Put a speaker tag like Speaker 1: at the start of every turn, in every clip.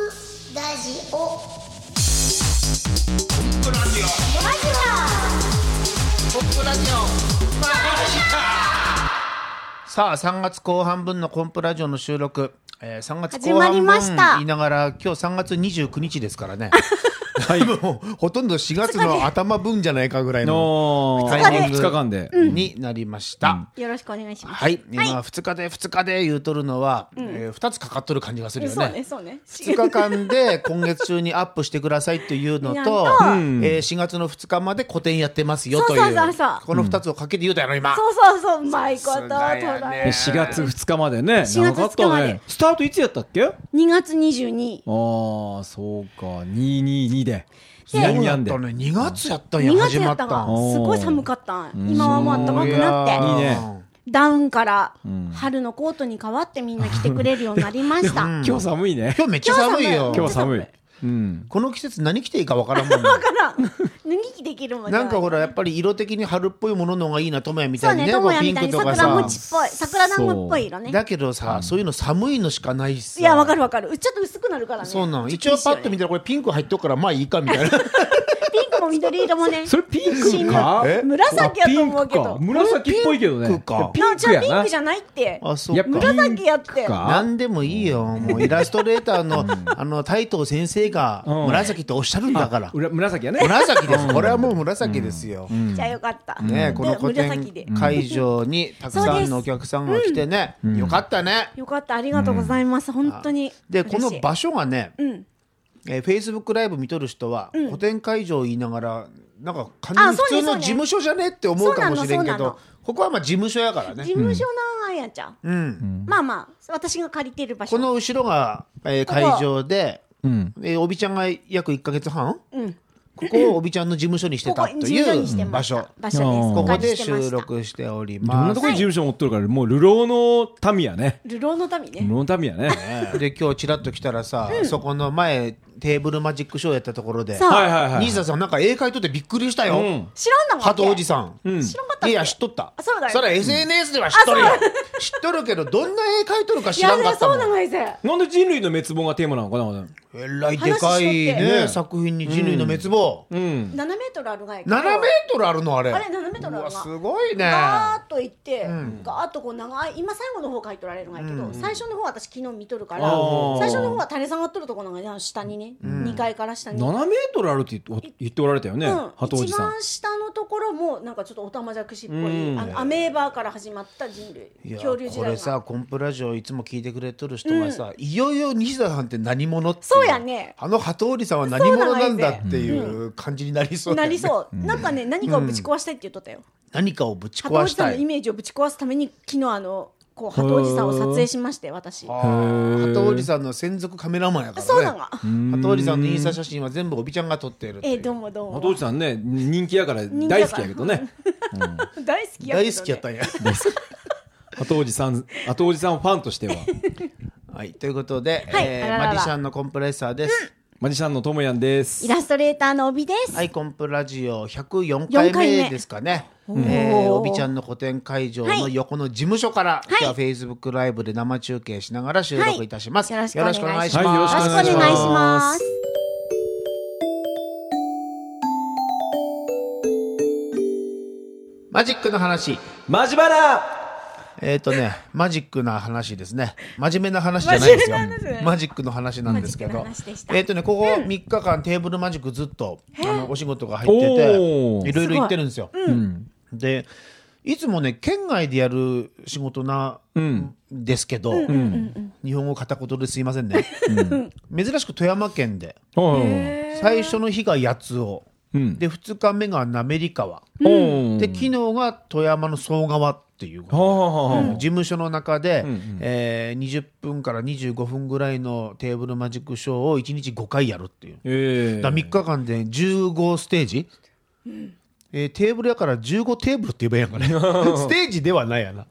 Speaker 1: ラジオ
Speaker 2: ポップラジオ
Speaker 1: ラジ
Speaker 2: ポップラジオさあ3月後半分のコンプラジオの収録、えー、3月後半
Speaker 1: 始まりまし
Speaker 2: 分
Speaker 1: た
Speaker 2: 言いながら今日3月29日ですから ねはい、もうほとんど4月の頭分じゃないかぐらいの
Speaker 3: の
Speaker 2: タイミング
Speaker 3: 2日間で、
Speaker 2: になりました、
Speaker 1: オよろしくお願いします
Speaker 2: はい今2日で2日で言うとるのは、えー、2つかかっとる感じがするよ
Speaker 1: そうねそうね
Speaker 2: 2日間で今月中にアップしてくださいというのと、
Speaker 1: や
Speaker 2: え
Speaker 1: んと
Speaker 2: ー4月の2日まで個展やってますよという
Speaker 1: そうそうそうそう
Speaker 2: この2つをかけて言うたやろ今、
Speaker 1: そうそうそううまいこと捉
Speaker 2: さすがや
Speaker 1: え
Speaker 2: ね
Speaker 3: 4月2日までね
Speaker 1: 4月2日まで
Speaker 3: ねスタートいつやったっけあ
Speaker 1: 2月22
Speaker 3: あそうか222で
Speaker 1: で
Speaker 3: 南
Speaker 2: や
Speaker 3: や
Speaker 2: っ
Speaker 3: んで
Speaker 2: たね2月やったんや
Speaker 1: 2
Speaker 2: 始
Speaker 1: 月
Speaker 2: ま
Speaker 1: や
Speaker 2: っ
Speaker 1: ったた
Speaker 2: ん
Speaker 1: が
Speaker 2: い
Speaker 3: おー
Speaker 1: すごい寒かったん今はもうあったかくなっ
Speaker 3: い
Speaker 1: て
Speaker 3: いね
Speaker 1: ダウンから
Speaker 3: ん
Speaker 1: 春のコートに変わってみんな着てくれるようになりましただ
Speaker 3: 今日寒いね
Speaker 2: 今日めっちゃ寒いよ
Speaker 3: 今日寒いうん
Speaker 2: この季節何着ていいかわからんもんね
Speaker 1: から脱ぎ着できるもんじゃ
Speaker 2: なんかほ
Speaker 1: ら
Speaker 2: らやっぱり色的に春っぽいものの方がいいなトモヤみ
Speaker 1: そ
Speaker 2: た
Speaker 1: う
Speaker 2: いに
Speaker 1: ね
Speaker 2: ね
Speaker 1: 友也
Speaker 2: ピ
Speaker 1: み
Speaker 2: ン
Speaker 1: たい
Speaker 2: クと
Speaker 1: に
Speaker 2: か
Speaker 1: 桜
Speaker 2: さ
Speaker 1: 餅っぽい桜団子っぽい色ね
Speaker 2: だけどさ、そういうの寒いのしかないしさ
Speaker 1: いやわかるわかるちょっと薄くなるからね
Speaker 2: そうなの
Speaker 1: ち
Speaker 2: 一
Speaker 1: ょと
Speaker 2: 応
Speaker 1: 厳しい
Speaker 2: パ
Speaker 1: よ
Speaker 2: ッと見
Speaker 1: ね
Speaker 2: たらこれピンク入っとくからまあいいかみたいな
Speaker 1: ピンクも緑色もね
Speaker 3: それピンクか
Speaker 2: え
Speaker 1: 紫やと思うけ
Speaker 3: あ
Speaker 1: ど
Speaker 3: ピンクか紫っぽいけどね
Speaker 2: ピンクか
Speaker 3: ピンク
Speaker 1: じゃ
Speaker 3: や
Speaker 1: あピン
Speaker 3: な
Speaker 1: クじゃないって
Speaker 2: あそう
Speaker 3: やっ
Speaker 2: か
Speaker 3: ぱ
Speaker 1: 紫やって
Speaker 3: ピンクか
Speaker 2: 何でもいいよもうイラストレーターのあの台東先生が
Speaker 3: うん
Speaker 2: 紫っておっしゃるんだから
Speaker 3: あうら紫やね
Speaker 2: 紫ですこれはもう紫ですよ
Speaker 1: じゃあよかった
Speaker 2: ね
Speaker 1: で
Speaker 2: この個
Speaker 1: 紫で
Speaker 2: 展会場にたくさんのお客さんが来てねよかったね
Speaker 1: よかったありがとうございます本当に
Speaker 2: でこの
Speaker 1: 嬉しい
Speaker 2: 場所がね
Speaker 1: うん
Speaker 2: えー Facebook ライブ見とる人は個展会場言いながらなんか完
Speaker 1: あ
Speaker 2: 全に
Speaker 1: そう
Speaker 2: 普通
Speaker 1: ね
Speaker 2: の事務所じゃねって思うかもしれんけ
Speaker 1: そうなのそうなの
Speaker 2: どここはまあ事務所やから
Speaker 1: 事
Speaker 2: ね
Speaker 1: 務所なんやちゃう
Speaker 2: うん
Speaker 1: まあまあ私が借りてる場所
Speaker 2: この後ろがえー
Speaker 1: ここ
Speaker 2: 会場で
Speaker 3: うん
Speaker 2: えーおびちゃんが約1か月半
Speaker 1: うん
Speaker 2: ここをおびちゃんの事務所にして
Speaker 1: こ
Speaker 2: た
Speaker 1: こと事務所
Speaker 2: い
Speaker 1: にして
Speaker 2: う
Speaker 1: ま
Speaker 2: 場
Speaker 1: した
Speaker 2: 所
Speaker 1: 場所
Speaker 3: う
Speaker 1: です
Speaker 3: ん
Speaker 2: こ
Speaker 1: お
Speaker 2: こ
Speaker 1: 借
Speaker 2: で
Speaker 1: りしてま
Speaker 2: 収
Speaker 1: した
Speaker 2: 録しており
Speaker 3: いろんな
Speaker 2: ま
Speaker 3: と
Speaker 2: す
Speaker 3: こに事務所持っとるからもう流浪の民やね
Speaker 1: 流浪の民ね
Speaker 3: 流浪の民やね
Speaker 2: で今日ちらっと来たらさそこの前テーブルマジックショーやったところで
Speaker 1: そう
Speaker 3: はいはいはい
Speaker 2: 西田さんなんか絵描いとってびっくりした
Speaker 3: う
Speaker 2: よ
Speaker 3: ん
Speaker 1: 知らんなもん
Speaker 2: 鳩おじ
Speaker 1: ん
Speaker 2: さん
Speaker 3: うん
Speaker 1: 知らんかったっ
Speaker 2: い
Speaker 1: け
Speaker 2: や知っとった
Speaker 1: あそうだよ
Speaker 2: それは SNS では知っとるよ
Speaker 1: あそう
Speaker 2: 知っとるけどどんな絵描いとるか
Speaker 1: い
Speaker 2: 知
Speaker 1: や
Speaker 2: ら
Speaker 1: ね
Speaker 2: んかった
Speaker 1: そ
Speaker 2: も
Speaker 1: うんなの先生
Speaker 3: なんで人類の滅亡がテーマなのかな
Speaker 2: えらいでかい
Speaker 1: 話しと
Speaker 3: って
Speaker 2: ね
Speaker 3: ね
Speaker 2: 作品に人類の滅亡
Speaker 3: うん
Speaker 1: 7メートルあるがやけど
Speaker 2: 7メートルあるのあれ
Speaker 1: あれ7メートルあ
Speaker 2: う
Speaker 1: る
Speaker 2: わ
Speaker 1: が
Speaker 2: すごいね
Speaker 1: ガーッと行って、
Speaker 2: ん
Speaker 1: ガーッとこう長い今最後の方書いとられるんやけど、最初の方は私昨日見とるから
Speaker 3: あー
Speaker 1: 最初の方は垂れ下がっとるとこなんかじゃあ下にね、2階から下に。
Speaker 3: 7メートルあるって言って言っておられたよね、
Speaker 1: うん
Speaker 3: 鳩おじ
Speaker 1: 一
Speaker 3: さん
Speaker 1: 番下のところもなんかちょっとオタマジャクシっぽい、
Speaker 3: うん
Speaker 1: あのアメーバーから始まった人類
Speaker 2: いや
Speaker 1: 恐竜時
Speaker 2: これ
Speaker 1: 代
Speaker 2: さ
Speaker 1: が
Speaker 2: コンプラジオいつも聞いてくれとる人がさ、いよいよ西田さんって何者ってい
Speaker 1: そうやね
Speaker 2: あの鳩織さんは何者なんだってい
Speaker 1: そうなの
Speaker 2: う感じになりそうだ
Speaker 1: な
Speaker 2: よね
Speaker 1: りそう、なんかね何かをぶち壊したいって言っとったよ、
Speaker 2: 何かをぶち
Speaker 1: 鳩お
Speaker 2: 壊
Speaker 1: じ
Speaker 2: し
Speaker 1: さ
Speaker 2: た
Speaker 1: んのイ
Speaker 2: い
Speaker 1: メージをぶち壊すために昨日あのこう鳩おじさんを撮影しまして私
Speaker 2: あ
Speaker 3: へ
Speaker 2: ー
Speaker 3: ー
Speaker 2: 鳩織さんの専属カメラマンやからね
Speaker 1: そうなの
Speaker 2: 鳩織さんのインスタ写真は全部おびちゃんが撮っているってい
Speaker 1: え
Speaker 2: う
Speaker 1: どうもどう
Speaker 3: 鳩お
Speaker 1: も
Speaker 3: じさんね人気やから
Speaker 1: 気
Speaker 3: 大
Speaker 1: や
Speaker 3: 好
Speaker 1: から
Speaker 3: きやけどね
Speaker 1: 大好きやけどね
Speaker 2: 大好きやったんや
Speaker 3: 鳩おじさん鳩おじさんファンとして は
Speaker 2: はいということで、
Speaker 1: はい
Speaker 2: えー
Speaker 1: あららら
Speaker 2: マジシャンのコンプレッサーです、
Speaker 3: マジシャンのともやんです
Speaker 1: イラストレーターの帯です、
Speaker 2: はい、コンプラジオ104
Speaker 1: 4
Speaker 2: 回
Speaker 1: 回目
Speaker 2: 目ですかね。
Speaker 1: ー
Speaker 2: えー、おびちゃんの個展会場の横の事務所から、
Speaker 1: い
Speaker 2: 今日は Facebook ライブで生中継しながら収録いたします。
Speaker 1: はいよろしくお願いしま
Speaker 2: よ
Speaker 1: す
Speaker 2: ろ
Speaker 3: は
Speaker 2: く
Speaker 1: よろしくお願いします。
Speaker 2: マジックの話。
Speaker 3: マジバラ
Speaker 2: えっ、とね、マジックな話ですね。真面目な話じゃないですよ
Speaker 1: 真面目な話じゃない。
Speaker 2: マジックの話なんですけど
Speaker 1: マジックの話でし。た
Speaker 2: えっ、とね、ここ3日間テーブルマジックずっと、あのお仕事が入って
Speaker 3: お
Speaker 2: て、
Speaker 3: ー
Speaker 2: いろいろ行ってるんですよ。で、いつもね、県外でやる仕事な、
Speaker 3: うん
Speaker 2: ですけど、日本語片言ですいませんね、珍しく富山県で
Speaker 3: お
Speaker 2: 最初の日が八尾、
Speaker 3: うん
Speaker 2: で2日目が滑川、
Speaker 3: お
Speaker 2: で昨日が富山の総川っていう、
Speaker 3: はあはあはあ
Speaker 2: 事務所の中で、えー20分から25分ぐらいのテーブルマジックショーを1日5回やるっていう、
Speaker 3: ええ
Speaker 2: だ3日間で15ステージ、えーテーブルやから15テーブルって言えばいいやんかねステージではないやな、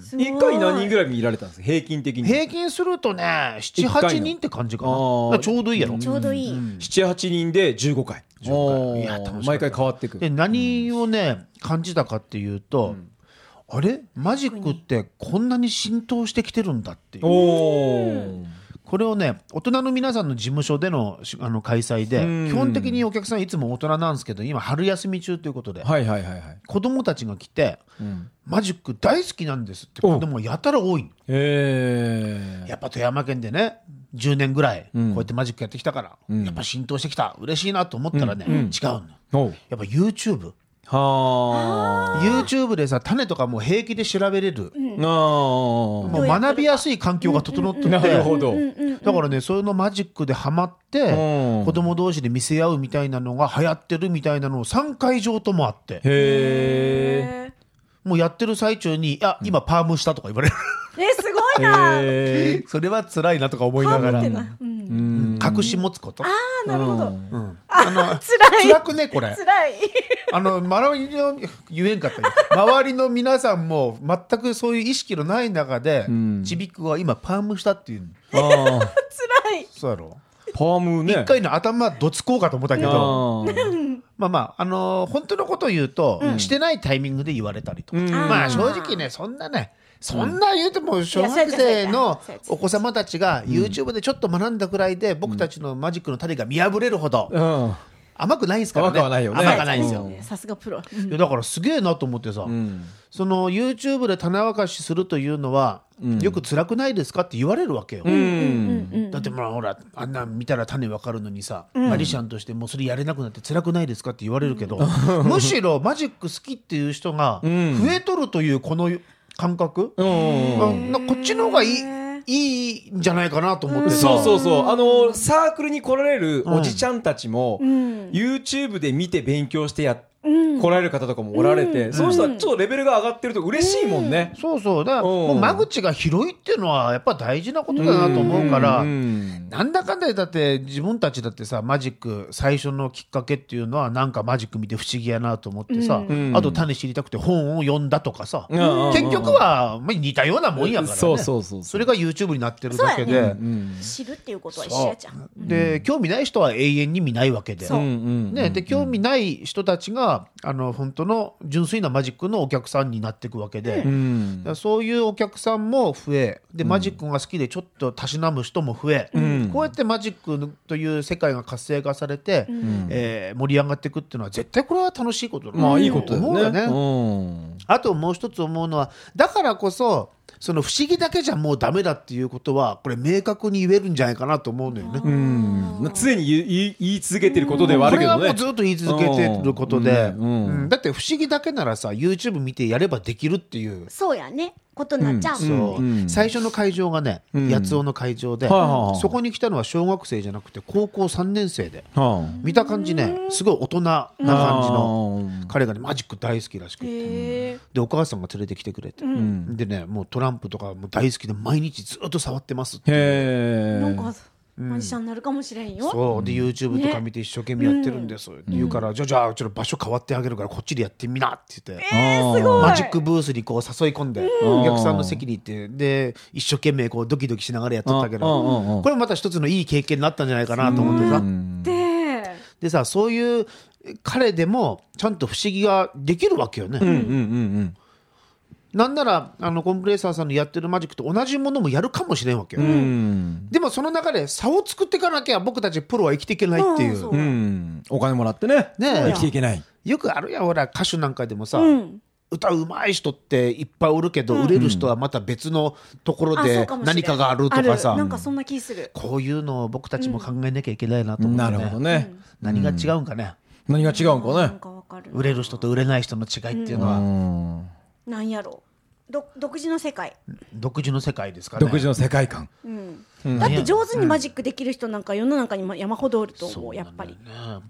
Speaker 1: すごい
Speaker 3: 一回何人ぐらい見られたんですか平均的に
Speaker 2: 平均するとね
Speaker 3: 一回の
Speaker 2: 78人って感じかな
Speaker 3: あー
Speaker 2: だからちょうどいいやろ、
Speaker 1: ちょうどいい、
Speaker 3: 78人で15回おー
Speaker 2: いや楽しかった
Speaker 3: 毎回変わってく
Speaker 2: で何をね感じたかっていうと、あれマジックってこんなに浸透してきてるんだっていう
Speaker 3: おお
Speaker 2: これをね大人の皆さんの事務所でのしあの開催で
Speaker 3: うん
Speaker 2: 基本的にお客さんいつも大人なんですけど今春休み中ということで、
Speaker 3: はいはいはいはい。
Speaker 2: 子供たちが来て
Speaker 3: うん、
Speaker 2: マジック大好きなんですって子供がやたら多いの
Speaker 3: ええ
Speaker 2: やっぱ富山県でね10年ぐらいこう
Speaker 3: うん
Speaker 2: やってマジックやってきたから、
Speaker 3: ん
Speaker 2: やっぱ浸透してきた嬉しいなと思ったらね、
Speaker 3: うんう
Speaker 2: 違
Speaker 3: ん
Speaker 2: うの
Speaker 3: おう
Speaker 2: やっぱ YouTube。
Speaker 3: はあ。
Speaker 2: YouTube でさ種とかも平気で調べれる、
Speaker 3: なあ。
Speaker 2: もう学びやすい環境が整ってて、
Speaker 3: なるほど。
Speaker 2: だからねそういうのマジックでハマって、
Speaker 3: うん
Speaker 2: 子供同士で見せ合うみたいなのが流行ってるみたいなのを3会場ともあって
Speaker 3: へえ。
Speaker 1: え
Speaker 2: もうやってる最中に「あ今パームした」とか言われる
Speaker 1: ーすごいな。
Speaker 3: へえ。
Speaker 2: それは辛いなとか思い
Speaker 1: パ
Speaker 2: なが
Speaker 1: ームっ
Speaker 2: ら
Speaker 1: てな。うん
Speaker 3: うん
Speaker 2: 隠し持つこと、
Speaker 1: あなるほど。
Speaker 2: うん、
Speaker 1: あの
Speaker 2: 辛
Speaker 1: 辛い。
Speaker 2: くねこ れ
Speaker 1: 辛い。
Speaker 2: あの周りの言えんかったけど周りの皆さんも全くそういう意識のない中で、
Speaker 3: うん
Speaker 2: ちびっこが今パームしたっていう
Speaker 3: ああ。
Speaker 1: 辛い。
Speaker 2: そうやろ
Speaker 3: パームね。
Speaker 2: 一回の頭どつこうかと思ったけ
Speaker 3: あ
Speaker 2: ど
Speaker 3: ー
Speaker 2: まあまああのー本当のことを言うと、してないタイミングで言われたりとか、
Speaker 3: うん
Speaker 2: まあ正直ねそんなねそんな言うても小
Speaker 1: いや
Speaker 2: 学
Speaker 1: そうや
Speaker 2: 生
Speaker 1: った
Speaker 2: の
Speaker 1: そうやったそうやった
Speaker 2: お子様たちが YouTube でちょっと学んだくらいで僕たちのマジックの種が見破れるほど
Speaker 3: うん。
Speaker 2: 甘くないんすからね
Speaker 3: 甘くはないよね
Speaker 2: 甘くないんですよ、
Speaker 3: うん
Speaker 2: い
Speaker 1: さすがプロ。
Speaker 2: やだからすげえなと思ってさ、
Speaker 3: うん。
Speaker 2: その YouTube で種明かしするというのは、よく辛くないですかって言われるわけよ、
Speaker 3: うん。
Speaker 2: だってまあほらあんなん見たら種わかるのにさ、マジシャンとしてもうそれやれなくなって辛くないですかって言われるけど、 むしろマジック好きっていう人が
Speaker 3: ん
Speaker 2: 増えとるというこの感覚、
Speaker 3: うん。
Speaker 2: あなこっちの方がいいいいんじゃないかなと思ってさ
Speaker 3: そうそうそう。あの、サークルに来られるおじちゃんたちも、YouTube で見て勉強してやっ、来られる方とかもおられて、その人はちょっとレベルが上がってると嬉しいもんね。
Speaker 2: そうそうだから
Speaker 3: うん
Speaker 2: もう間口が広いっていうのはやっぱ大事なことだなと思うから。
Speaker 3: うん
Speaker 2: なんだかんだでだって自分たちだってさマジック最初のきっかけっていうのはなんかマジック見て不思議やなと思ってさ、
Speaker 3: ん
Speaker 2: あと種知りたくて本を読んだとかさ、
Speaker 3: うん
Speaker 2: 結局はまあ似たようなもんやからね
Speaker 3: そうそうそうそう
Speaker 2: れが YouTube になってるだけ
Speaker 1: そう
Speaker 2: で、
Speaker 3: うん。
Speaker 1: 知るっていうことは一
Speaker 2: そう
Speaker 1: 緒やじゃん。
Speaker 2: で興味ない人は永遠に見ないわけで。
Speaker 1: そう
Speaker 3: うんうん
Speaker 2: ね、で興味ない人たちがあの本当の純粋なマジックのお客さんになっていくわけで、
Speaker 3: うん
Speaker 2: だからそういうお客さんも増えでマジックが好きでちょっとたしなむ人も増え、こうやってマジックという世界が活性化されて、えー盛り上がっていくっていうのは絶対これは楽しいことだな
Speaker 3: まあいいことだ
Speaker 2: 思うよ
Speaker 3: よ
Speaker 2: ね
Speaker 3: ね。うん
Speaker 2: あともう一つ思うのはだからこそその不思議だけじゃもうダメだっていうことはこれ明確に言えるんじゃないかなと思うのよね。
Speaker 3: うんまあ常に言い言い言い続けてることではあ
Speaker 2: こ
Speaker 3: る
Speaker 2: れ
Speaker 3: け
Speaker 2: は
Speaker 3: ど
Speaker 2: もう
Speaker 3: ね。
Speaker 2: ずっと言い続けてることで、
Speaker 3: うんうん
Speaker 2: うんだって不思議だけならさ YouTube 見てやればできるっていう
Speaker 1: そうやね。ことになっちゃうもんね。
Speaker 2: そう最初の会場がね、八尾の会場で、
Speaker 3: はいはいはい
Speaker 2: そこに来たのは小学生じゃなくて高校3年生で
Speaker 3: は
Speaker 2: 見た感じねすごい大人な
Speaker 3: あ
Speaker 2: 感じの彼がねマジック大好きらしくて
Speaker 1: へー
Speaker 2: でお母さんが連れてきてくれて、でねもうトランプとかも大好きで毎日ずっと触ってますって
Speaker 3: へえ。
Speaker 1: なんかマジシャンになるかもしれんよ。
Speaker 2: そうで YouTube とか見て一生懸命やってるんです、って言うから、じゃあじゃあちょっと場所変わってあげるからこっちでやってみなって言って。
Speaker 1: えーすごい。
Speaker 2: マジックブースにこう誘い込んで、お客さんの席に行ってで一生懸命こうドキドキしながらやっとったけ
Speaker 3: うんうんうんう
Speaker 2: ど
Speaker 3: ん
Speaker 2: これもまた一つのいい経験になったんじゃないかなと思ってさ
Speaker 1: で、
Speaker 2: でさそういう彼でもちゃんと不思議ができるわけよね、
Speaker 3: うんうんうん
Speaker 2: なんならあのコンプレッサーさんのやってるマジックと同じものもやるかもしれんわけよ、
Speaker 3: うん。うん
Speaker 2: でもその中で差を作っていかなきゃ僕たちプロは生きていけないっていう,、
Speaker 1: うんそう
Speaker 3: うん、お金もらってね
Speaker 2: ねえ
Speaker 3: 生きていけない
Speaker 2: よくあるやんほら歌手なんかでもさ、
Speaker 1: うん。
Speaker 2: 歌うまい人っていっぱいおるけど、売れる人はまた別のところ
Speaker 1: あそ
Speaker 2: で
Speaker 1: うもしれん
Speaker 2: 何かがあるとかさ
Speaker 1: あるなんかそんな気する。
Speaker 2: こういうのを僕たちも考えなきゃいけないなと思って、
Speaker 3: な
Speaker 2: ね
Speaker 3: るほどね、
Speaker 2: 何が違うんかね、
Speaker 3: 何が違うん
Speaker 1: な
Speaker 3: か
Speaker 1: ん
Speaker 3: ね
Speaker 1: かわかる。
Speaker 2: 売れる人と売れない人の違いっていうのは、
Speaker 3: うん
Speaker 1: なんやろう。ど独自の世界。
Speaker 2: 独自の世界ですからね
Speaker 3: 独自の世界観
Speaker 1: うん。だって上手にマジックできる人なんか世の中にま山ほどおると思う。やっぱり。
Speaker 2: ねあ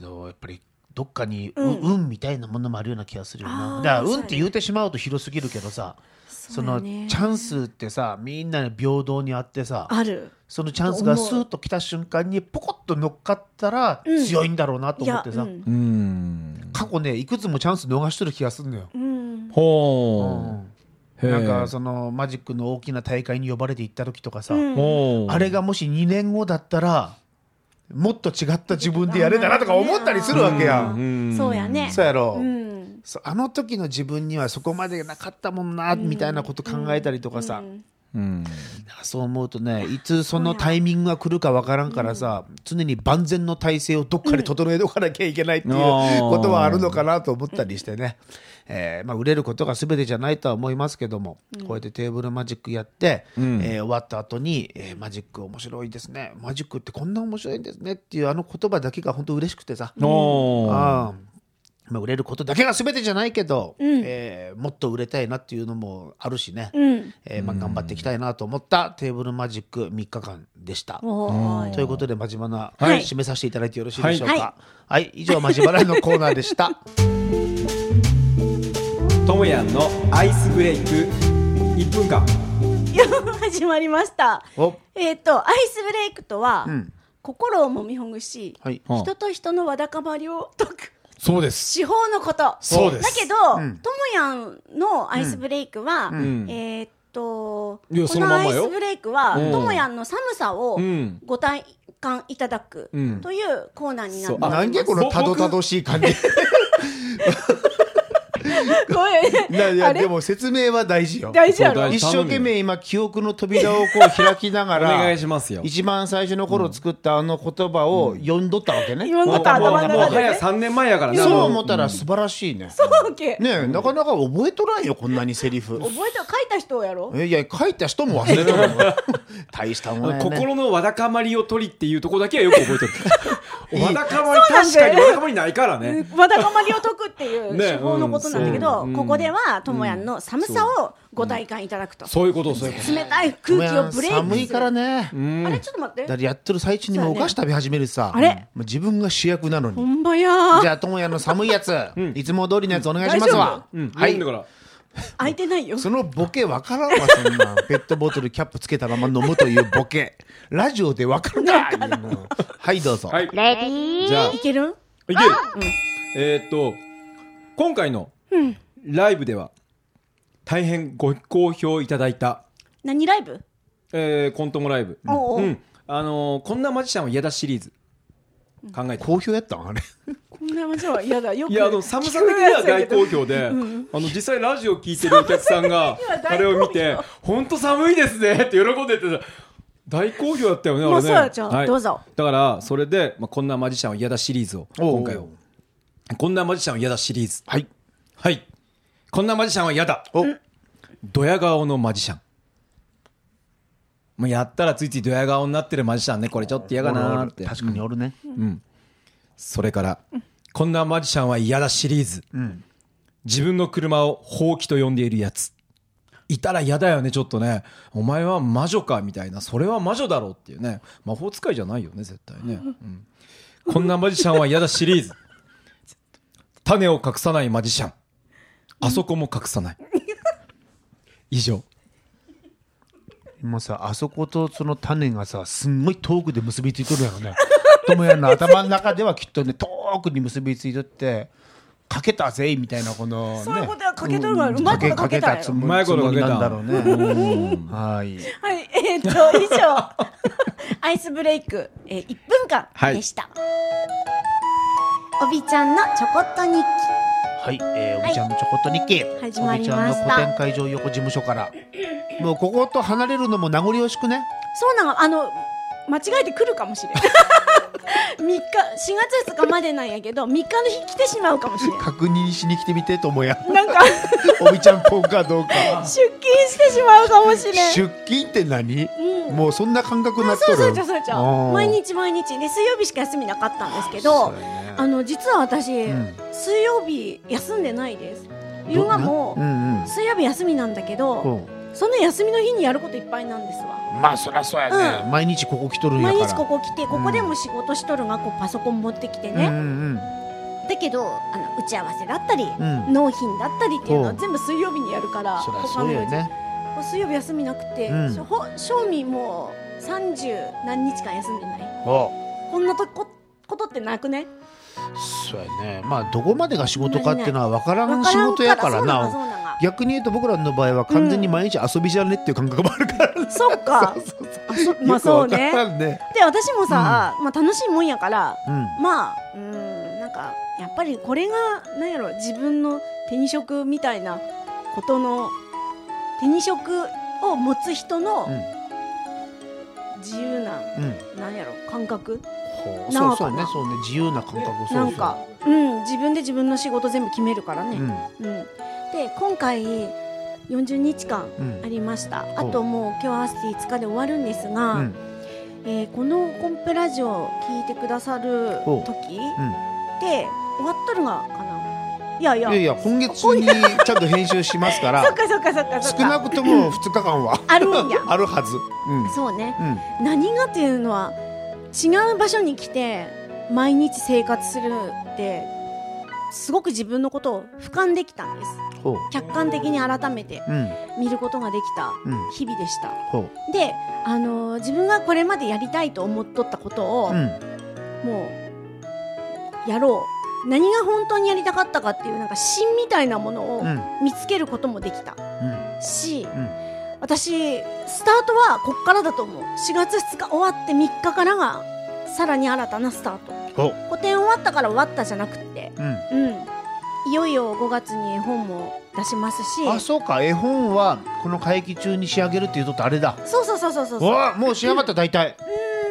Speaker 2: のやっぱりどっかにう、運みたいなものもあるような気がするよな
Speaker 1: あー
Speaker 2: だから運って言うてしまうと広すぎるけどさそ
Speaker 1: だ
Speaker 2: の
Speaker 1: よ
Speaker 2: チ
Speaker 1: ね
Speaker 2: ャンスってさみんなに平等にあってさ
Speaker 1: ある。
Speaker 2: そのチャンスが
Speaker 1: と思う
Speaker 2: スーッと来た瞬間にポコッと乗っかったら強いんだろうなと
Speaker 1: い
Speaker 2: 思
Speaker 1: や
Speaker 2: っ、て
Speaker 1: う
Speaker 2: さ、
Speaker 1: ん。
Speaker 3: うん
Speaker 2: 過去ねいくつもチャンス逃してる気がするのよ。
Speaker 1: うん。
Speaker 3: ほう
Speaker 2: なんかそのマジックの大きな大会に呼ばれて行った時とかさ、
Speaker 3: ほう
Speaker 2: あれがもし2年後だったらもっと違った自分でやれたなとか思ったりするわけやん、
Speaker 1: うんそうやね。
Speaker 2: そうやろ、
Speaker 1: うん。
Speaker 2: そうあの時の自分にはそこまでなかったもんなみたいなこと考えたりとかさ、
Speaker 3: うん
Speaker 2: だからそう思うとねいつそのタイミングが来るかわからんからさ、常に万全の体制をどっかで整えておかなきゃいけないっていう
Speaker 3: うんあー
Speaker 2: ことはあるのかなと思ったりしてね、えーまあ、売れることが全てじゃないとは思いますけども、こうやってテーブルマジックやって、えー終わった後に、えーマジック面白いですねマジックってこんな面白いんですねっていうあの言葉だけが本当嬉しくてさ。
Speaker 3: おー
Speaker 2: あーまあ、売れることだけが全てじゃないけど、えーもっと売れたいなっていうのもあるしね、えーまあ、頑張っていきたいなと思ったテーブルマジック3日間でした。
Speaker 1: は
Speaker 2: ということで、まじまな、
Speaker 1: はい
Speaker 2: 締めさせていただいてよろしいでしょうか。は、
Speaker 1: はいい
Speaker 2: 以上、まじまなのコーナーでした。
Speaker 3: トムヤンのアイスブレイク1分間
Speaker 1: いや 始まりました
Speaker 2: お
Speaker 1: えっ、とアイスブレイクとは、
Speaker 2: ん
Speaker 1: 心をもみほぐし、
Speaker 2: はい
Speaker 1: 人と人のわだかまりを 解く
Speaker 4: そうです。
Speaker 1: 手法のこと
Speaker 4: そうです
Speaker 1: だけど、ともやんのアイスブレイクは、
Speaker 3: ん
Speaker 1: えーっと
Speaker 4: いや
Speaker 1: こ
Speaker 4: その
Speaker 1: の
Speaker 4: まん
Speaker 1: ア
Speaker 4: ま
Speaker 1: イ
Speaker 4: よ
Speaker 1: スブレイクは
Speaker 3: うん
Speaker 1: ともやんの寒さを
Speaker 3: ん
Speaker 1: ご体感いただく
Speaker 3: うん
Speaker 1: というコーナーになって
Speaker 3: そう
Speaker 1: ま
Speaker 2: な
Speaker 1: す
Speaker 2: んでこのたどたどしい感じ。
Speaker 1: ごめ ん
Speaker 2: いや、
Speaker 1: あれ
Speaker 2: でも説明は大事よ。
Speaker 1: 大事や
Speaker 3: そう
Speaker 1: ろ
Speaker 3: 大事
Speaker 2: 一生懸命今、記憶の扉をこう開きなが
Speaker 3: お
Speaker 2: ら、
Speaker 3: 願いしますよ
Speaker 2: 一番最初の頃作ったあの言葉を読んどったわけね。
Speaker 1: 今の
Speaker 3: も
Speaker 1: こ
Speaker 3: う
Speaker 1: と頭の
Speaker 3: もう
Speaker 1: 中で
Speaker 3: 早
Speaker 1: ね
Speaker 3: 3年前やからな
Speaker 2: そう
Speaker 3: も
Speaker 2: 思ったら素晴らしいね。
Speaker 1: そうけ
Speaker 2: ねえなかなか覚えとらんよ、こんなにセリ フ。
Speaker 1: 覚えては書いた人やろ
Speaker 2: えいや、書いた人も忘れてる よ。大したもんやね。
Speaker 3: 心のわだかまりを取りっていうところだけはよく覚 えてるわだかまり
Speaker 1: なん
Speaker 3: 確
Speaker 1: だ
Speaker 3: か
Speaker 1: よ
Speaker 3: にわだかまりないからね
Speaker 1: わだかまりを解くっていう
Speaker 3: ね
Speaker 1: 手法のことなんだけど、
Speaker 3: うんそう
Speaker 1: ここではともやんの寒さをご体感いただくと、
Speaker 3: そういうことそういうこ
Speaker 1: 冷たい空気をブレイクする
Speaker 2: 寒いからね。
Speaker 1: あれちょっと待って
Speaker 2: だってやってる最中にもうお菓子食べ始めるさ。
Speaker 1: そうやねあれ
Speaker 2: もう自分が主役なの
Speaker 1: ほ
Speaker 2: に。
Speaker 1: んまやー
Speaker 2: じゃあ、ともやの寒いやつ、いつも通りのやつお願いしま
Speaker 1: 大
Speaker 2: す
Speaker 1: 丈夫
Speaker 2: わ。
Speaker 3: とうん
Speaker 2: は
Speaker 3: 読ん
Speaker 2: い
Speaker 3: だ。から
Speaker 1: 開いてないよ
Speaker 2: そのボケわからんわ、そん なん。ペットボトルキャップつけたまま飲むというボケ。ラジオでわかるかいうのはい、どうぞ。
Speaker 3: はい
Speaker 5: レディー
Speaker 3: じゃあ
Speaker 1: いける
Speaker 3: いける、えーっと今回のライブでは大変ご好評いただいた、
Speaker 1: 何ライブ
Speaker 3: えーコントもライブ、
Speaker 1: おうおう
Speaker 3: うんあのーこんなマジシャンは嫌だシリーズ考えて
Speaker 2: 好評やったんあれ。
Speaker 1: こんなもちろん嫌だよく
Speaker 3: いやあの寒さ的には大好評で、あの実際ラジオ聞いてるお客さんが
Speaker 1: 寒さ的には大好評
Speaker 3: あれを見て「本当寒いですね」って喜んでて大好評だったよねあれね
Speaker 1: もうそうやじゃあ
Speaker 3: はい
Speaker 1: どうぞ
Speaker 3: だからそれで、まあ、こんなマジシャンは嫌だシリーズを今回
Speaker 2: お
Speaker 3: を
Speaker 2: う
Speaker 3: こんなマジシャンは嫌だシリーズ
Speaker 2: はい。
Speaker 3: はいこんなマジシャンは嫌だ
Speaker 2: お、
Speaker 3: ドヤ顔のマジシャンもうやったらついついドヤ顔になってるマジシャンねこれちょっと嫌だなーって
Speaker 2: 確かにおるね。
Speaker 3: それから、こんなマジシャンは嫌だシリーズ。自分の車を放棄と呼んでいるやつ。いたら嫌だよね、ちょっとね。お前は魔女か、みたいな。それは魔女だろうっていうね。魔法使いじゃないよね、絶対ね。うんこんなマジシャンは嫌だシリーズ。種を隠さないマジシャン。あそこも隠さない。以上。
Speaker 2: 今さあそことその種がさすんごい遠くで結びついとるやろね 智也の頭の中ではきっとね遠くに結びついとってかけたぜみたいなこの、ね、
Speaker 1: そういうことやかけとるからうまいことかけたよ
Speaker 2: つも
Speaker 3: うまいことかけた
Speaker 2: つもりなんだろうねはい
Speaker 1: はいえーっと以上 アイスブレイク、えー、1分間でした、おびちゃんのちょこっと日記
Speaker 2: はい、えーおびちゃんのちょこっと日記、
Speaker 1: 始
Speaker 2: お
Speaker 1: ま
Speaker 2: び
Speaker 1: り
Speaker 2: ちゃん
Speaker 1: ま
Speaker 2: の
Speaker 1: した
Speaker 2: 古典会場横事務所からもうここと離れるのも名残惜しく ね
Speaker 1: そうなのあの間違えてくるか もしれん三日4月2日までなんやけど3日の日来てしまうかもしれ ん
Speaker 2: 確認しに来てみて智也
Speaker 1: なんか
Speaker 2: おびちゃんポンかどうか
Speaker 1: 出勤してしまうかもしれん
Speaker 2: 出勤って何、
Speaker 1: うん
Speaker 2: もうそんな感覚になっと
Speaker 1: そ
Speaker 2: る
Speaker 1: うそうそうそうそう
Speaker 2: あー
Speaker 1: 毎日毎日で水曜日しか休みなかったんですけど、
Speaker 2: そうやね
Speaker 1: あの実は私、
Speaker 2: ん
Speaker 1: 水曜日休んでないです夕方も
Speaker 2: うんうん
Speaker 1: 水曜日休みなんだけど、その休みの日にやることいっぱいなんですわ
Speaker 2: まあそりゃそうやね、毎日ここ来とるんやか
Speaker 1: 毎
Speaker 2: ら
Speaker 1: 日ここ来てここでも仕事しとるがこうパソコン持ってきて
Speaker 2: うん
Speaker 1: ね、
Speaker 2: うん
Speaker 1: だけどあの打ち合わせだったり、
Speaker 2: ん
Speaker 1: 納品だったりっていうの
Speaker 2: う
Speaker 1: は
Speaker 2: ん
Speaker 1: 全部水曜日にやるから
Speaker 2: そりゃ
Speaker 1: 他
Speaker 2: そう
Speaker 1: の曜
Speaker 2: よ
Speaker 1: 日
Speaker 2: ね
Speaker 1: もう水曜日休みなくて、
Speaker 2: うん
Speaker 1: しょほ正味もう30何日間休んでない
Speaker 2: お
Speaker 1: こんなとこことってなくね
Speaker 2: そうやねまあどこまでが仕事かっていうのは分からん仕事やから
Speaker 1: わ
Speaker 2: な
Speaker 1: からんから
Speaker 2: 逆に言うと僕らの場合は完全に毎日遊びじゃねっていう感覚もあるから、
Speaker 1: そうな んがそうなんがそっかあそまあそう
Speaker 2: よく分か
Speaker 1: ね
Speaker 2: らんね
Speaker 1: で私もさ、まあ楽しいもんやから
Speaker 2: うん
Speaker 1: まあうんなんかやっぱりこれがなんやろ自分の手に職みたいなことの手に職を持つ人の自由な、
Speaker 2: うん
Speaker 1: なんやろ感覚
Speaker 2: ほう
Speaker 1: な
Speaker 2: そ
Speaker 1: の
Speaker 2: うそ
Speaker 1: か
Speaker 2: う
Speaker 1: な
Speaker 2: ねそうね自由な感覚そうそう
Speaker 1: なんかうん自分で自分の仕事全部決めるからね、
Speaker 2: うん
Speaker 1: うん、で今回40日間
Speaker 2: うん
Speaker 1: ありました、あ
Speaker 2: ほう
Speaker 1: ともう今日はアスティ5日で終わるんですが、
Speaker 2: うん
Speaker 1: えーこのコンプラジオを聞いてくださる
Speaker 2: ほううん
Speaker 1: 時で終わっとるがかないやいや
Speaker 2: いやいや今月にちゃんと編集しますか
Speaker 1: そっ
Speaker 2: ら
Speaker 1: かそっかそっかそ
Speaker 2: 少
Speaker 1: っか
Speaker 2: なくとも2日間は
Speaker 1: あるんや
Speaker 2: あるはず
Speaker 1: そうね
Speaker 2: うんうん
Speaker 1: 何がっていうのは違う場所に来て毎日生活するってすごく自分のことを俯瞰できたんです
Speaker 2: ほう
Speaker 1: 客観的に改めて
Speaker 2: うん
Speaker 1: 見ることができた
Speaker 2: うん
Speaker 1: 日々でした
Speaker 2: ほう
Speaker 1: で、あのー自分がこれまでやりたいと思っとったことを、
Speaker 2: うん
Speaker 1: もうやろう何が本当にやりたかったかっていうなんか芯みたいなものを
Speaker 2: うん
Speaker 1: 見つけることもできたし、
Speaker 2: ん
Speaker 1: 私スタートはこっからだと思う4月2日終わって3日からがさらに新たなスタート
Speaker 2: ほう
Speaker 1: 個展終わったから終わったじゃなくって
Speaker 2: うん
Speaker 1: うんいよいよ5月に絵本も出しますし
Speaker 2: あそうか絵本はこの会期中に仕上げるっていうとってあれだ
Speaker 1: そうそうそうそうそうそう
Speaker 2: わあもう仕上がった大体
Speaker 1: う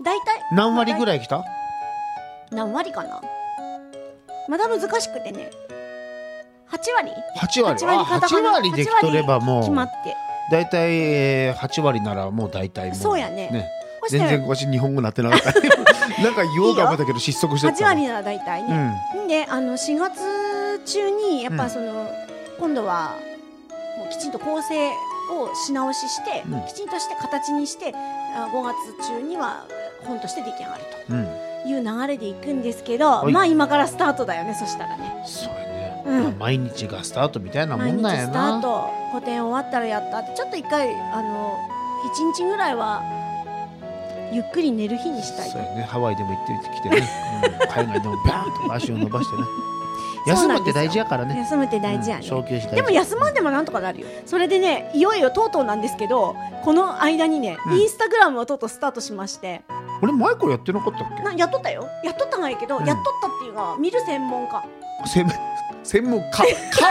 Speaker 1: ん大体
Speaker 2: 何割ぐらい来た
Speaker 1: 何割かなまだ難しくてね8割
Speaker 2: 8割
Speaker 1: 8割
Speaker 2: あ
Speaker 1: 片仮名
Speaker 2: 8割できとれば
Speaker 1: 決
Speaker 2: も
Speaker 1: ま
Speaker 2: う
Speaker 1: って
Speaker 2: 大体えー8割ならもう大体も
Speaker 1: そうやね
Speaker 2: ね
Speaker 1: そして
Speaker 2: 全然私日本語なってなかった なんか言おうか思ったけど失速しちゃった
Speaker 1: 8割なら大体
Speaker 2: う
Speaker 1: ね、
Speaker 2: ん
Speaker 1: ん、であの4月中にやっ
Speaker 2: うん
Speaker 1: ぱその、今度はもうきちんと構成をし直しして、
Speaker 2: うん
Speaker 1: きちんとして形にしてあ5月中には本として出来上がる
Speaker 2: うん
Speaker 1: という流れでいくんですけど
Speaker 2: はい
Speaker 1: まあ今からスタートだよねそしたらね
Speaker 2: そうやね、
Speaker 1: うん
Speaker 2: まあ毎日がスタートみたいなも
Speaker 1: 毎
Speaker 2: ん
Speaker 1: 日
Speaker 2: なんや
Speaker 1: スター
Speaker 2: な
Speaker 1: ト個展終わったらやったってちょっと一回あの一日ぐらいはゆっくり寝る日にしたい
Speaker 2: そうやねハワイでも行ってきてね、うん海外でもバーンと足を伸ばしてね
Speaker 1: そう
Speaker 2: 休む
Speaker 1: なん
Speaker 2: っ
Speaker 1: です
Speaker 2: て
Speaker 1: よ
Speaker 2: 大事やからね
Speaker 1: 休むって大事や
Speaker 2: うん
Speaker 1: ね、
Speaker 2: 昇給し
Speaker 1: でも休まんでもなんとかなるよそれでねいよいよとうとうなんですけどこの間にね、
Speaker 2: うん
Speaker 1: インスタグラムをとうとうスタートしまして
Speaker 2: 俺前からやってなかったっけ
Speaker 1: なやっとったよやっとったんやけど、
Speaker 2: うん
Speaker 1: やっとったっていうのは見る専門家
Speaker 2: 専専門家か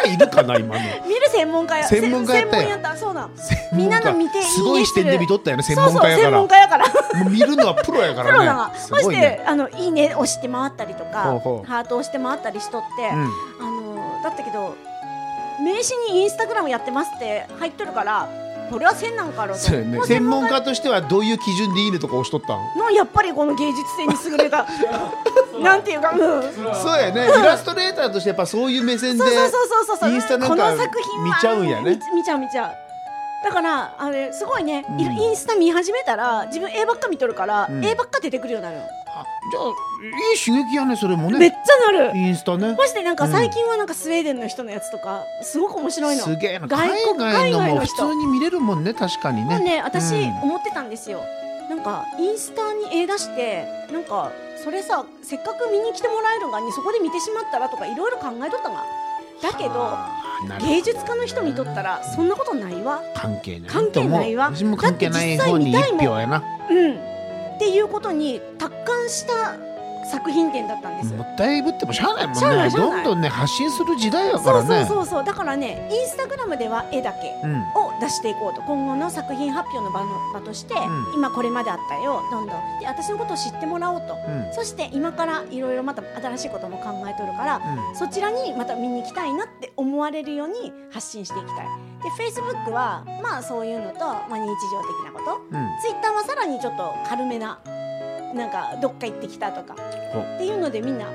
Speaker 2: いるかな今の
Speaker 1: 見る専門家や
Speaker 2: 専門家やったよ
Speaker 1: 専門やったそうなん
Speaker 2: 専門家
Speaker 1: みんなの見ていいね
Speaker 2: すごい視点で見とったよね専
Speaker 1: そう
Speaker 2: 門
Speaker 1: そう
Speaker 2: 家や
Speaker 1: 専門
Speaker 2: か
Speaker 1: 家やから
Speaker 2: らもう見るのはプロやか
Speaker 1: プロだ
Speaker 2: ら
Speaker 1: が、
Speaker 2: ねす
Speaker 1: そし
Speaker 2: ごい
Speaker 1: て
Speaker 2: ね
Speaker 1: あのいいね押して回ったりとか
Speaker 2: ほうほう
Speaker 1: ハート押して回ったりしとって、
Speaker 2: うん
Speaker 1: あのだったけど名刺にインスタグラムやってますって入っとるからこれは線なんかろと
Speaker 3: そうやね
Speaker 1: もう
Speaker 2: 専門家としてはどういう基準でいいねとか押しとったん
Speaker 1: のやっぱりこの芸術性に優れたなんていうか、うん、そう
Speaker 2: そうやねイラストレーターとしてやっぱそういう目線で
Speaker 1: そうそうそうそう
Speaker 2: インスタなんか
Speaker 1: この作品は
Speaker 2: 見ちゃうんやね
Speaker 1: 見見ちゃう見ちゃうだからあれすごいね、
Speaker 2: うん
Speaker 1: インスタ見始めたら自分絵ばっか見とるから、
Speaker 2: うん
Speaker 1: 絵ばっか出てくるようになるの、
Speaker 2: あじゃあいい刺激やねそれも
Speaker 1: めっち
Speaker 2: ね
Speaker 1: ゃなる
Speaker 2: インスタね
Speaker 1: ましてなんか最近はなんかスウェーデンの人のやつとかすごく面白いの。
Speaker 2: すげえな
Speaker 1: 外
Speaker 2: 海外の
Speaker 1: 国
Speaker 2: も
Speaker 1: 海外の
Speaker 2: 普
Speaker 1: 人
Speaker 2: 通に見れるもんね確かに
Speaker 1: も
Speaker 2: ね
Speaker 1: うね私
Speaker 2: うん
Speaker 1: 思ってたんですよ。なんかインスタに絵出してなんかそれさせっかく見に来てもらえるがにそこで見てしまったらとかいろいろ考えとったがだけど
Speaker 2: あーなるほど
Speaker 1: 芸術家の人にとったらそんなことないわ
Speaker 2: 関係ない
Speaker 1: 関係ない
Speaker 2: と
Speaker 1: わ
Speaker 2: 思う私も関係ない方に一
Speaker 1: だって実際見たいも
Speaker 2: 票やな
Speaker 1: うんっていうことに達観した作品展だったんです
Speaker 2: も
Speaker 1: よ。
Speaker 2: ったいぶってもしゃあないも
Speaker 1: しゃあ
Speaker 2: ん
Speaker 1: ない
Speaker 2: ね
Speaker 1: しゃあ
Speaker 2: ど
Speaker 1: ない
Speaker 2: んどんね発信する時代やか
Speaker 1: そ
Speaker 2: ら
Speaker 1: うそう
Speaker 2: ね
Speaker 1: そうそうだからねインスタグラムでは絵だけ
Speaker 2: うんうん
Speaker 1: を出していこうと今後の作品発表の場の場として、
Speaker 2: ん
Speaker 1: 今これまであったよどんどんで私のことを知ってもらおうとそして今からいろいろまた新しいことも考えとるからそちらにまた見に行きたいなって思われるように発信していきたいで Facebook はまあそういうのと、まあ、日常的なこと
Speaker 2: うんうん
Speaker 1: Twitter はさらにちょっと軽めななんかどっか行ってきたとか
Speaker 2: ほう
Speaker 1: っていうのでみんな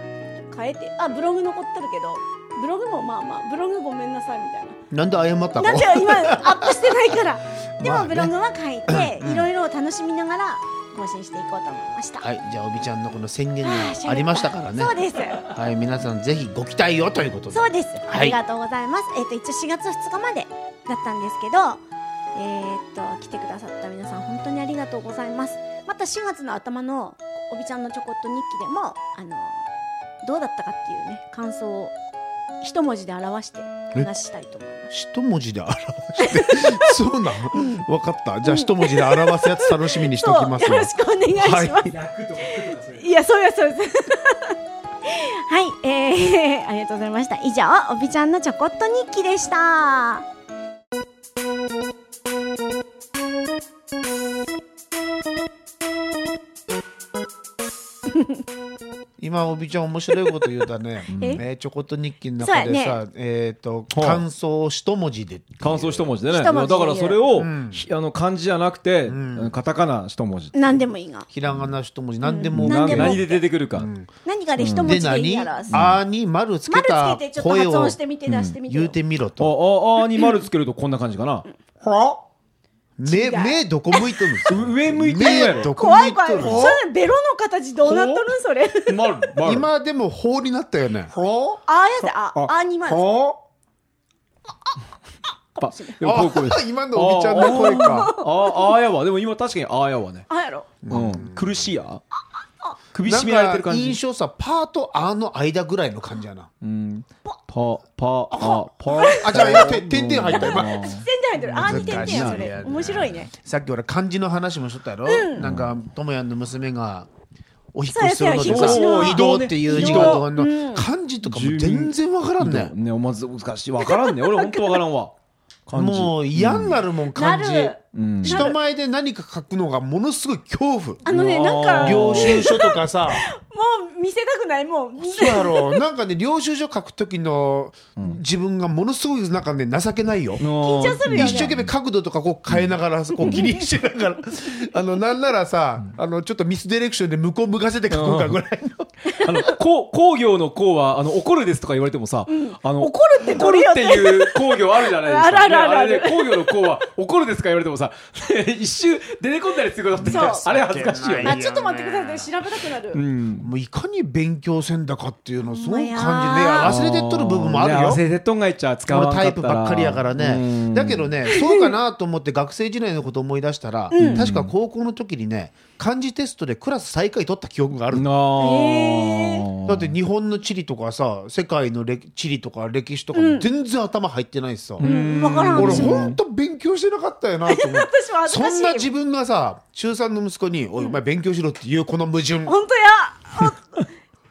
Speaker 1: 変えてあブログ残ってるけどブログもまあまあブログごめんなさいみたいな
Speaker 2: なんで謝った
Speaker 1: だっ
Speaker 2: の
Speaker 1: て今アップしてないからで
Speaker 2: ま
Speaker 1: も
Speaker 2: あね
Speaker 1: ブログは書いて、
Speaker 2: うん
Speaker 1: いろいろ楽しみながら更新していこうと思いました、
Speaker 2: はいじゃあおびちゃんのこの宣言
Speaker 1: あー喋った
Speaker 2: がありましたからね
Speaker 1: そうです
Speaker 2: はい皆さんぜひご期待をということで
Speaker 1: そうです、
Speaker 2: い
Speaker 1: ありがとうございますえっ、と一応4月2日までだったんですけどえっと来てくださった皆さん本当にありがとうございますまた4月の頭のおびちゃんのちょこっと日記でもあのどうだったかっていうね感想を一文字で表して話したいと思います
Speaker 2: 一文字で表してそうなんわかったじゃあ一文字で表すやつ楽しみにしておきます
Speaker 1: そう
Speaker 2: わ
Speaker 1: よろしくお願いします、
Speaker 2: はい
Speaker 3: 楽とか苦とかする
Speaker 1: いや、そうや、そうや。そうや はい、えー、 ありがとうございました。以上、おびちゃんのちょこっと日記でした。
Speaker 2: 今おびちゃん面白いこと言うたね、
Speaker 1: え
Speaker 2: えーちょこっと日記の
Speaker 1: そうや
Speaker 2: 中
Speaker 1: ね
Speaker 2: でさ、えっ、と
Speaker 3: はい
Speaker 2: 感想を一文字で
Speaker 3: 感想一文字でね
Speaker 1: 一文字で言う
Speaker 3: だからそれを、
Speaker 2: ん
Speaker 3: ひあの漢字じゃなくて、カタカナ一文字
Speaker 1: 何でもいいが
Speaker 2: ひらがな一文字何でも、
Speaker 1: 何でも
Speaker 3: 何で出てくるか、
Speaker 1: 何かで一文
Speaker 2: で
Speaker 1: 字でいい
Speaker 2: 何
Speaker 1: やらす
Speaker 2: あーに丸つけ
Speaker 1: 丸
Speaker 2: た
Speaker 1: つけてちょっと
Speaker 2: 声
Speaker 1: 発
Speaker 2: を
Speaker 1: 音してみて出してみてよ
Speaker 2: 言うてみろ
Speaker 3: あ
Speaker 2: と
Speaker 3: ああに丸つけるとこんな感じかな、
Speaker 2: 目
Speaker 1: 違う
Speaker 2: 目どこ向いとるん です
Speaker 3: う上向いてるやろ
Speaker 2: 目どこ
Speaker 1: 怖
Speaker 2: 向い
Speaker 1: い怖い
Speaker 2: と
Speaker 1: そ
Speaker 2: る
Speaker 1: れベロの形どうなっとるんそれ
Speaker 3: 丸丸
Speaker 2: 今でも法になったよね
Speaker 1: ああやであ
Speaker 3: あ
Speaker 1: あにまず
Speaker 3: パでもこうこうです
Speaker 2: 今のおびちゃんの声か
Speaker 3: あああやわでも今確かにああやわね、
Speaker 1: ああやろ
Speaker 3: うん、苦しいや首
Speaker 2: な
Speaker 3: 絞められて
Speaker 2: ん
Speaker 3: る
Speaker 2: か
Speaker 3: 感じ
Speaker 2: 印象さパーとあーの間ぐらいの感じやな
Speaker 3: うんパパあパ
Speaker 2: あじゃあててんてん入った今
Speaker 3: あ
Speaker 1: 全然入ってるああに点々や
Speaker 2: 難
Speaker 1: そ
Speaker 2: しい
Speaker 1: れ
Speaker 2: ね
Speaker 1: 面白いね
Speaker 2: さっき俺漢字の話もしとったやろ、なんかともやんの娘がお引っ越しするの
Speaker 1: そう
Speaker 2: と
Speaker 1: やそうや
Speaker 2: か移
Speaker 1: 引っ越しの
Speaker 2: 動っていう字がどうの、漢字とかも全然わからんね
Speaker 3: ねおまず難しいわからんね俺本当わからんわ漢字
Speaker 2: もう嫌になるもん漢字、
Speaker 1: なる
Speaker 3: うん
Speaker 1: な
Speaker 2: 人前で何か書くのがものすごい恐怖
Speaker 1: あのね
Speaker 3: うわ
Speaker 1: なんか
Speaker 3: ー
Speaker 1: も
Speaker 2: 領収書とか さ
Speaker 1: う見せたくないもう
Speaker 2: そうやろなんかね領収書書く時の自分がものすごいなんかね情けないよ、
Speaker 3: 緊
Speaker 1: 張するよね
Speaker 2: 一生懸命角度とかこう変えながら、こう気にしながら、あの、なんならさ、あの、ちょっとミスディレクションで向こう向かせて書こうかぐらいの。
Speaker 3: あの、こう、工業の工は、あの、怒るですとか言われてもさ、あの、
Speaker 1: 怒るってど
Speaker 3: 怒
Speaker 1: れ
Speaker 3: る
Speaker 1: よ
Speaker 3: っていう工業あるじゃないですか。
Speaker 1: あるあるあるある
Speaker 3: ねれね工業の工は、怒るですか言われてもさ、 一周出てこんだりすることって、
Speaker 1: そう
Speaker 3: あれ恥ずかしいよ
Speaker 2: 情けな
Speaker 1: あ
Speaker 3: ね。
Speaker 1: ちょっと待ってください調べたくなる
Speaker 3: うん。
Speaker 2: もういかに勉強せんだかっていうのをすごく感じね
Speaker 1: いや
Speaker 2: 忘れてっとる部分もある
Speaker 3: ね
Speaker 2: よ
Speaker 3: 忘。れてっとんがいっちゃ使わ
Speaker 2: 俺
Speaker 3: んか
Speaker 2: タ
Speaker 3: ったら
Speaker 2: イプばっかりやからね。だけどね、そうかなと思って学生時代のこと思い出したら、確か高校の時にね、漢字テストでクラス最下位取った記憶がある
Speaker 3: な
Speaker 1: へ
Speaker 3: あ。
Speaker 2: だって日本の地理とかさ、世界の歴地理とか歴史とかも全然頭入ってないしさ。
Speaker 1: うんわからん
Speaker 2: 俺
Speaker 1: 私も
Speaker 2: ほんと勉強してなかったよなと思って。
Speaker 1: 私も恥ず
Speaker 2: そ
Speaker 1: かしい
Speaker 2: んな自分がさ中3の息子に「おいお前勉強しろ」っていうこの矛盾でも
Speaker 1: 本当や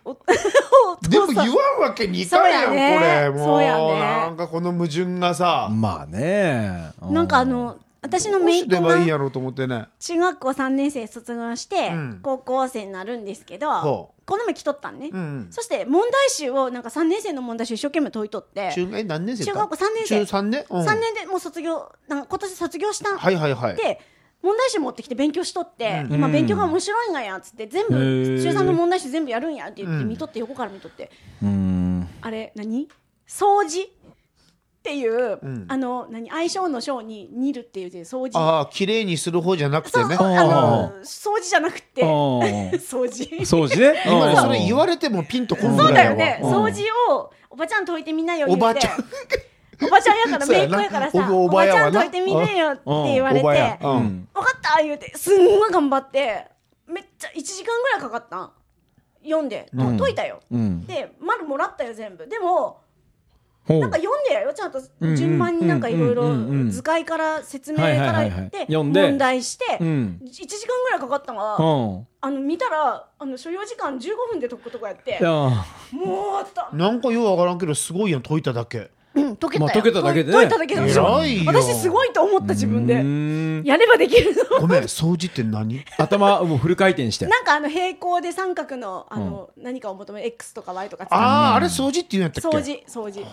Speaker 1: おおお父
Speaker 2: 言
Speaker 1: さん
Speaker 2: わんわけにいかんやん
Speaker 1: そうやね
Speaker 2: これも
Speaker 1: そうやね
Speaker 2: なんかこの矛盾がさ
Speaker 3: まあね。
Speaker 1: なんかあの私の
Speaker 2: どう
Speaker 1: 姪っ
Speaker 2: すれ
Speaker 1: 子
Speaker 2: ばいいん
Speaker 1: が
Speaker 2: やろうと思ってね
Speaker 1: 中学校3年生卒業して
Speaker 2: ん
Speaker 1: 高校生になるんですけど、
Speaker 2: ほ
Speaker 1: この前来とったんね、
Speaker 2: うんうん
Speaker 1: そして問題集をなんか3年生の問題集一生懸命解いとって
Speaker 2: 中え何年生か
Speaker 1: 中学校三年生
Speaker 2: 中3年、うん
Speaker 1: 3年でもう卒業なんか今年卒業したん
Speaker 2: はいはいはい
Speaker 1: で問題集持ってきて勉強しとって、
Speaker 3: うん
Speaker 1: 今勉強が面白いんがやっつって全部
Speaker 3: へー
Speaker 1: 中3の問題集全部やるんやって言って
Speaker 2: うん
Speaker 1: 見とって横から見とって、
Speaker 3: うん。
Speaker 1: あれ何掃除っていう、
Speaker 2: ん
Speaker 1: あの何相性の章に「煮る」っていう字で掃除
Speaker 2: ああ綺麗にする方じゃなくて
Speaker 1: そう
Speaker 2: ね
Speaker 1: そうあの
Speaker 3: あ
Speaker 1: 掃除じゃなくて
Speaker 3: あー
Speaker 1: 掃除
Speaker 3: 掃除ね。
Speaker 2: 今ねそれ言わ
Speaker 3: れ
Speaker 2: れてもピンとこん
Speaker 1: そう
Speaker 2: ぐ
Speaker 1: だ
Speaker 2: らい
Speaker 1: よ
Speaker 2: や
Speaker 1: ね
Speaker 2: わ
Speaker 3: うん
Speaker 1: 掃除をおばちゃん解いてみなよ言うて
Speaker 2: おばちゃん
Speaker 1: おばちゃんやから
Speaker 2: そう
Speaker 1: 姪
Speaker 2: や
Speaker 1: っ子
Speaker 2: な
Speaker 1: やからさ
Speaker 2: お
Speaker 1: お
Speaker 2: ば
Speaker 1: ばち
Speaker 2: や
Speaker 1: ゃ
Speaker 2: わ
Speaker 1: ん
Speaker 2: な
Speaker 1: 解いてみなよって言わ
Speaker 2: お
Speaker 1: れて
Speaker 2: ばや、
Speaker 1: 分
Speaker 2: う
Speaker 3: うんん。
Speaker 1: かった言うてすんごい頑張ってめっちゃ1時間ぐらいかかったん読んでと
Speaker 3: うん
Speaker 1: 解いたよ
Speaker 3: うん。
Speaker 1: で丸もらったよ全部でも
Speaker 3: ほ
Speaker 1: なん
Speaker 3: う
Speaker 1: か。読んでやよちゃんと
Speaker 3: うんうん
Speaker 1: 順番になんかいろいろ
Speaker 3: うんうんうん
Speaker 1: 図解から説明か
Speaker 3: はいはい
Speaker 1: ら
Speaker 3: はいはい
Speaker 1: 言って
Speaker 3: 読んで
Speaker 1: 問題して
Speaker 3: う
Speaker 1: 1
Speaker 3: ん。
Speaker 1: 時間ぐらいかかったのが
Speaker 3: うん。
Speaker 1: あの見たらあの所要時間15分で解くとかやって
Speaker 3: いやー
Speaker 1: もうた、
Speaker 2: なんかようわからんけどすごいやん解いただけ
Speaker 1: うん、解けたよ、
Speaker 3: まあ解けただけでね
Speaker 1: 解いただけだ
Speaker 2: 偉いよ
Speaker 1: 私すごいと思った自分
Speaker 3: う
Speaker 1: で
Speaker 3: ん
Speaker 1: やればできるの
Speaker 2: ごめん掃除って何
Speaker 3: 頭、もうフル回転して。
Speaker 1: なんかあの平行で三角のあの、何かを求める X とか Y とか使
Speaker 2: あああれ掃除って言うんやったっ
Speaker 1: う
Speaker 2: け
Speaker 1: 掃除掃除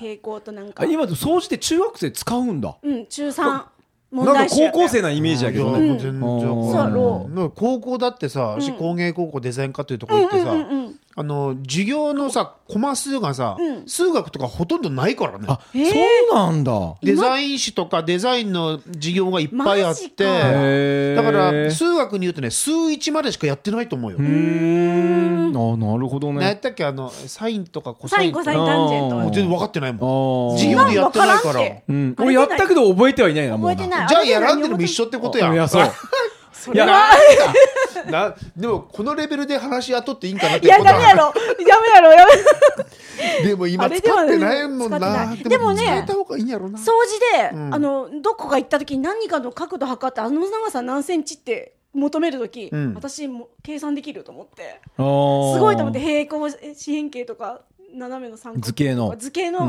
Speaker 1: 平行となん
Speaker 3: あ
Speaker 1: か
Speaker 3: 今でも掃除って中学生使うんだ
Speaker 1: うん中三問
Speaker 3: なんか
Speaker 1: 題集
Speaker 3: 高
Speaker 1: やったよ
Speaker 3: 校生なイメージやけど
Speaker 2: いや
Speaker 3: ね
Speaker 2: もう全然わ
Speaker 1: そう
Speaker 2: か
Speaker 1: や
Speaker 2: んない
Speaker 1: ろ
Speaker 2: うん高校だってさ、私工芸高校デザイン科というところ行ってさ、
Speaker 1: うんうんうん
Speaker 2: あの授業のさコマ数がさ、
Speaker 1: うん
Speaker 2: 数学とかほとんどないからね
Speaker 3: あ
Speaker 1: へー
Speaker 3: そうなんだ
Speaker 2: デザイン誌とかデザインの授業がいっぱいあっ
Speaker 1: マジか
Speaker 2: て
Speaker 3: へー
Speaker 2: だか
Speaker 3: う
Speaker 2: ら数学に言うとね数1までしかやってないと思うよ、
Speaker 3: ーんあなるほど
Speaker 2: 何や
Speaker 3: ね
Speaker 2: ったっけあのサインとかコサ
Speaker 1: サ
Speaker 2: イ
Speaker 1: イ
Speaker 2: ン
Speaker 1: ン
Speaker 2: と
Speaker 1: コ
Speaker 2: か
Speaker 1: サインタンジェン
Speaker 3: あ
Speaker 1: ト
Speaker 2: もう
Speaker 3: ー
Speaker 2: 全然分かってないもん
Speaker 3: 授
Speaker 2: 授業でやってないか
Speaker 1: わからん
Speaker 2: ら
Speaker 1: て
Speaker 3: うん
Speaker 1: あれ
Speaker 3: 俺やったけど覚えてはいないなも
Speaker 1: 覚
Speaker 3: う
Speaker 1: えて
Speaker 3: い
Speaker 1: ない
Speaker 2: じゃあやらんでるも一緒ってことや
Speaker 3: いやそう
Speaker 1: そ
Speaker 3: い
Speaker 1: れ
Speaker 3: や
Speaker 1: は
Speaker 2: なでもこのレベルで話し合っとっていいんかなっ
Speaker 1: い
Speaker 2: て
Speaker 1: やダメやろダメやろやめ
Speaker 2: でも今使ってないもん
Speaker 1: あ
Speaker 2: な
Speaker 1: れではね使ってないでもね
Speaker 2: 使えた方がいいんやろな
Speaker 1: 掃除で、
Speaker 2: うん
Speaker 1: あのどこか行った時に何かの角度測ってあの長さ何センチって求める時、
Speaker 2: うん
Speaker 1: 私も計算できると思って
Speaker 3: す
Speaker 1: すごいと思って平行四辺形とか斜めの三角
Speaker 3: 図形の
Speaker 1: 図形の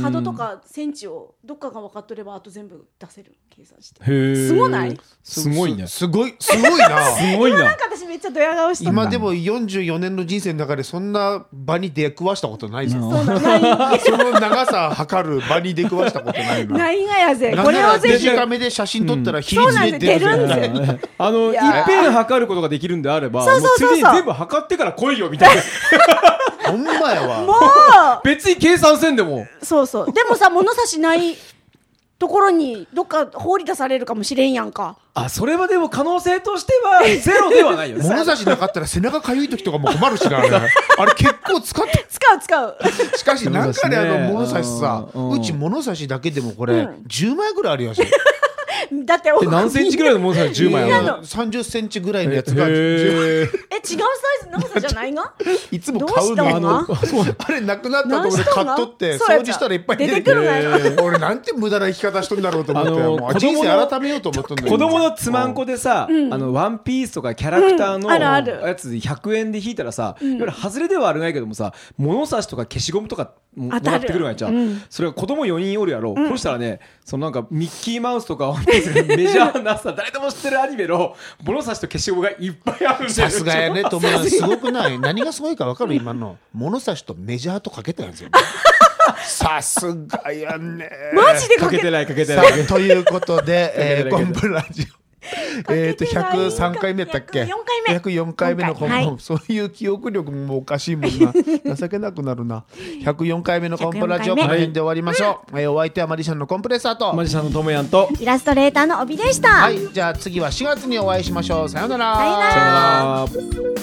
Speaker 1: 角とかセンチをどっかが分かっとればあと全部出せる計算して
Speaker 3: へえ
Speaker 1: すごない
Speaker 3: すごいねす
Speaker 2: すごい、すごいな。
Speaker 3: ごい
Speaker 1: なん
Speaker 3: な
Speaker 1: か私めっちゃドヤ顔して
Speaker 2: 今でも44年の人生の中でそんな場に出くわしたことないですよ。
Speaker 1: そうなない
Speaker 2: その長さ測る場に出くわしたことないな。
Speaker 1: ないがやぜ
Speaker 2: なん
Speaker 1: これ
Speaker 2: な
Speaker 1: を
Speaker 2: らデ
Speaker 1: ぜひ
Speaker 2: ジカメで写真撮ったら比
Speaker 1: そうなん
Speaker 2: 率
Speaker 1: です
Speaker 2: で出るじゃ
Speaker 1: 出るん
Speaker 2: ん
Speaker 1: ですよ
Speaker 3: あの
Speaker 1: い
Speaker 3: いっ
Speaker 1: やー
Speaker 3: ぺん測ることができるんであれば
Speaker 1: そうそうそうそう
Speaker 3: もう常に全部測ってから来いよみたいな
Speaker 2: ほんまや
Speaker 1: も
Speaker 2: わ。
Speaker 1: う
Speaker 3: 別に計算せんでも
Speaker 1: そうそう。でもさ、物差しないところに、どっか放り出されるかもしれんやんか。
Speaker 3: あそれはでも可能性としてはゼロではない よね
Speaker 2: 物差しなかったら背中かゆい時とかも困るし な。あれあれ結構使って
Speaker 1: 使う使 う。
Speaker 2: しかし、なんかね、あの物差しさ、
Speaker 3: うんう
Speaker 2: う
Speaker 3: ん
Speaker 2: ち物差しだけでもこれ、10枚ぐらいあるやつ。
Speaker 1: だってお、
Speaker 3: で何センチぐらいの物 差し10枚あ
Speaker 1: みんな
Speaker 3: る
Speaker 1: の
Speaker 3: の
Speaker 2: 30センチぐらいの
Speaker 3: へ
Speaker 2: やつが、10
Speaker 3: ー
Speaker 1: え、違うサイズのさじゃない が
Speaker 2: いつも買うの
Speaker 1: どうし
Speaker 2: あ
Speaker 1: たの
Speaker 2: の、あれなくなったところで買っとって、
Speaker 1: そうや
Speaker 2: 掃
Speaker 1: つ
Speaker 2: 除したらいっぱい
Speaker 1: 出てくるのよ
Speaker 2: てきて俺なんて無駄な生き方しとんだろうと思って、
Speaker 3: あ
Speaker 2: も
Speaker 3: の
Speaker 2: う
Speaker 3: 子供
Speaker 2: 人
Speaker 3: の
Speaker 2: 生改めようと思っとんだよ
Speaker 3: 子供のつまんこでさ、あのワンピースとかキャラクター
Speaker 1: うんあるある
Speaker 3: のやつ100円で引いたらさ、いわゆる外れではあるないけどもさ物差しとか消しゴムとかもも
Speaker 1: 当たる
Speaker 3: らってくるわけじゃん、それが子供4人おるやろ、そしたらねそのなんかミッキーマウスとかワ ンピースがメジャーなさ誰でも知ってるアニメの物差しと消しゴムがいっぱいあるんだよ
Speaker 2: さすがやね、友達。すごくない何がすごいか分かる今の。物差しとメジャーとかけてたんです よ。さすがやね。
Speaker 1: マジでか
Speaker 3: か
Speaker 1: け
Speaker 3: け
Speaker 1: て
Speaker 3: てないかけて
Speaker 2: さ
Speaker 3: ない
Speaker 2: あということで、 えー、
Speaker 3: かけてない
Speaker 2: コンプラジオ。えっと103回目だったっけ
Speaker 1: 104回目
Speaker 2: 104回目のコンプ、
Speaker 1: はい
Speaker 2: そういう記憶力もおかしいもん な情けなくなるな104回目のコンプラジオ
Speaker 1: 104回目
Speaker 2: この辺で終わりましょう、えーお相手はマリシャンのコンプレッサーと、
Speaker 3: マジシャンのともやんと
Speaker 1: イラストレーターの帯でした。
Speaker 2: はいじゃあ次は4月にお会いしましょうさようなら
Speaker 1: さようなら
Speaker 3: さよなら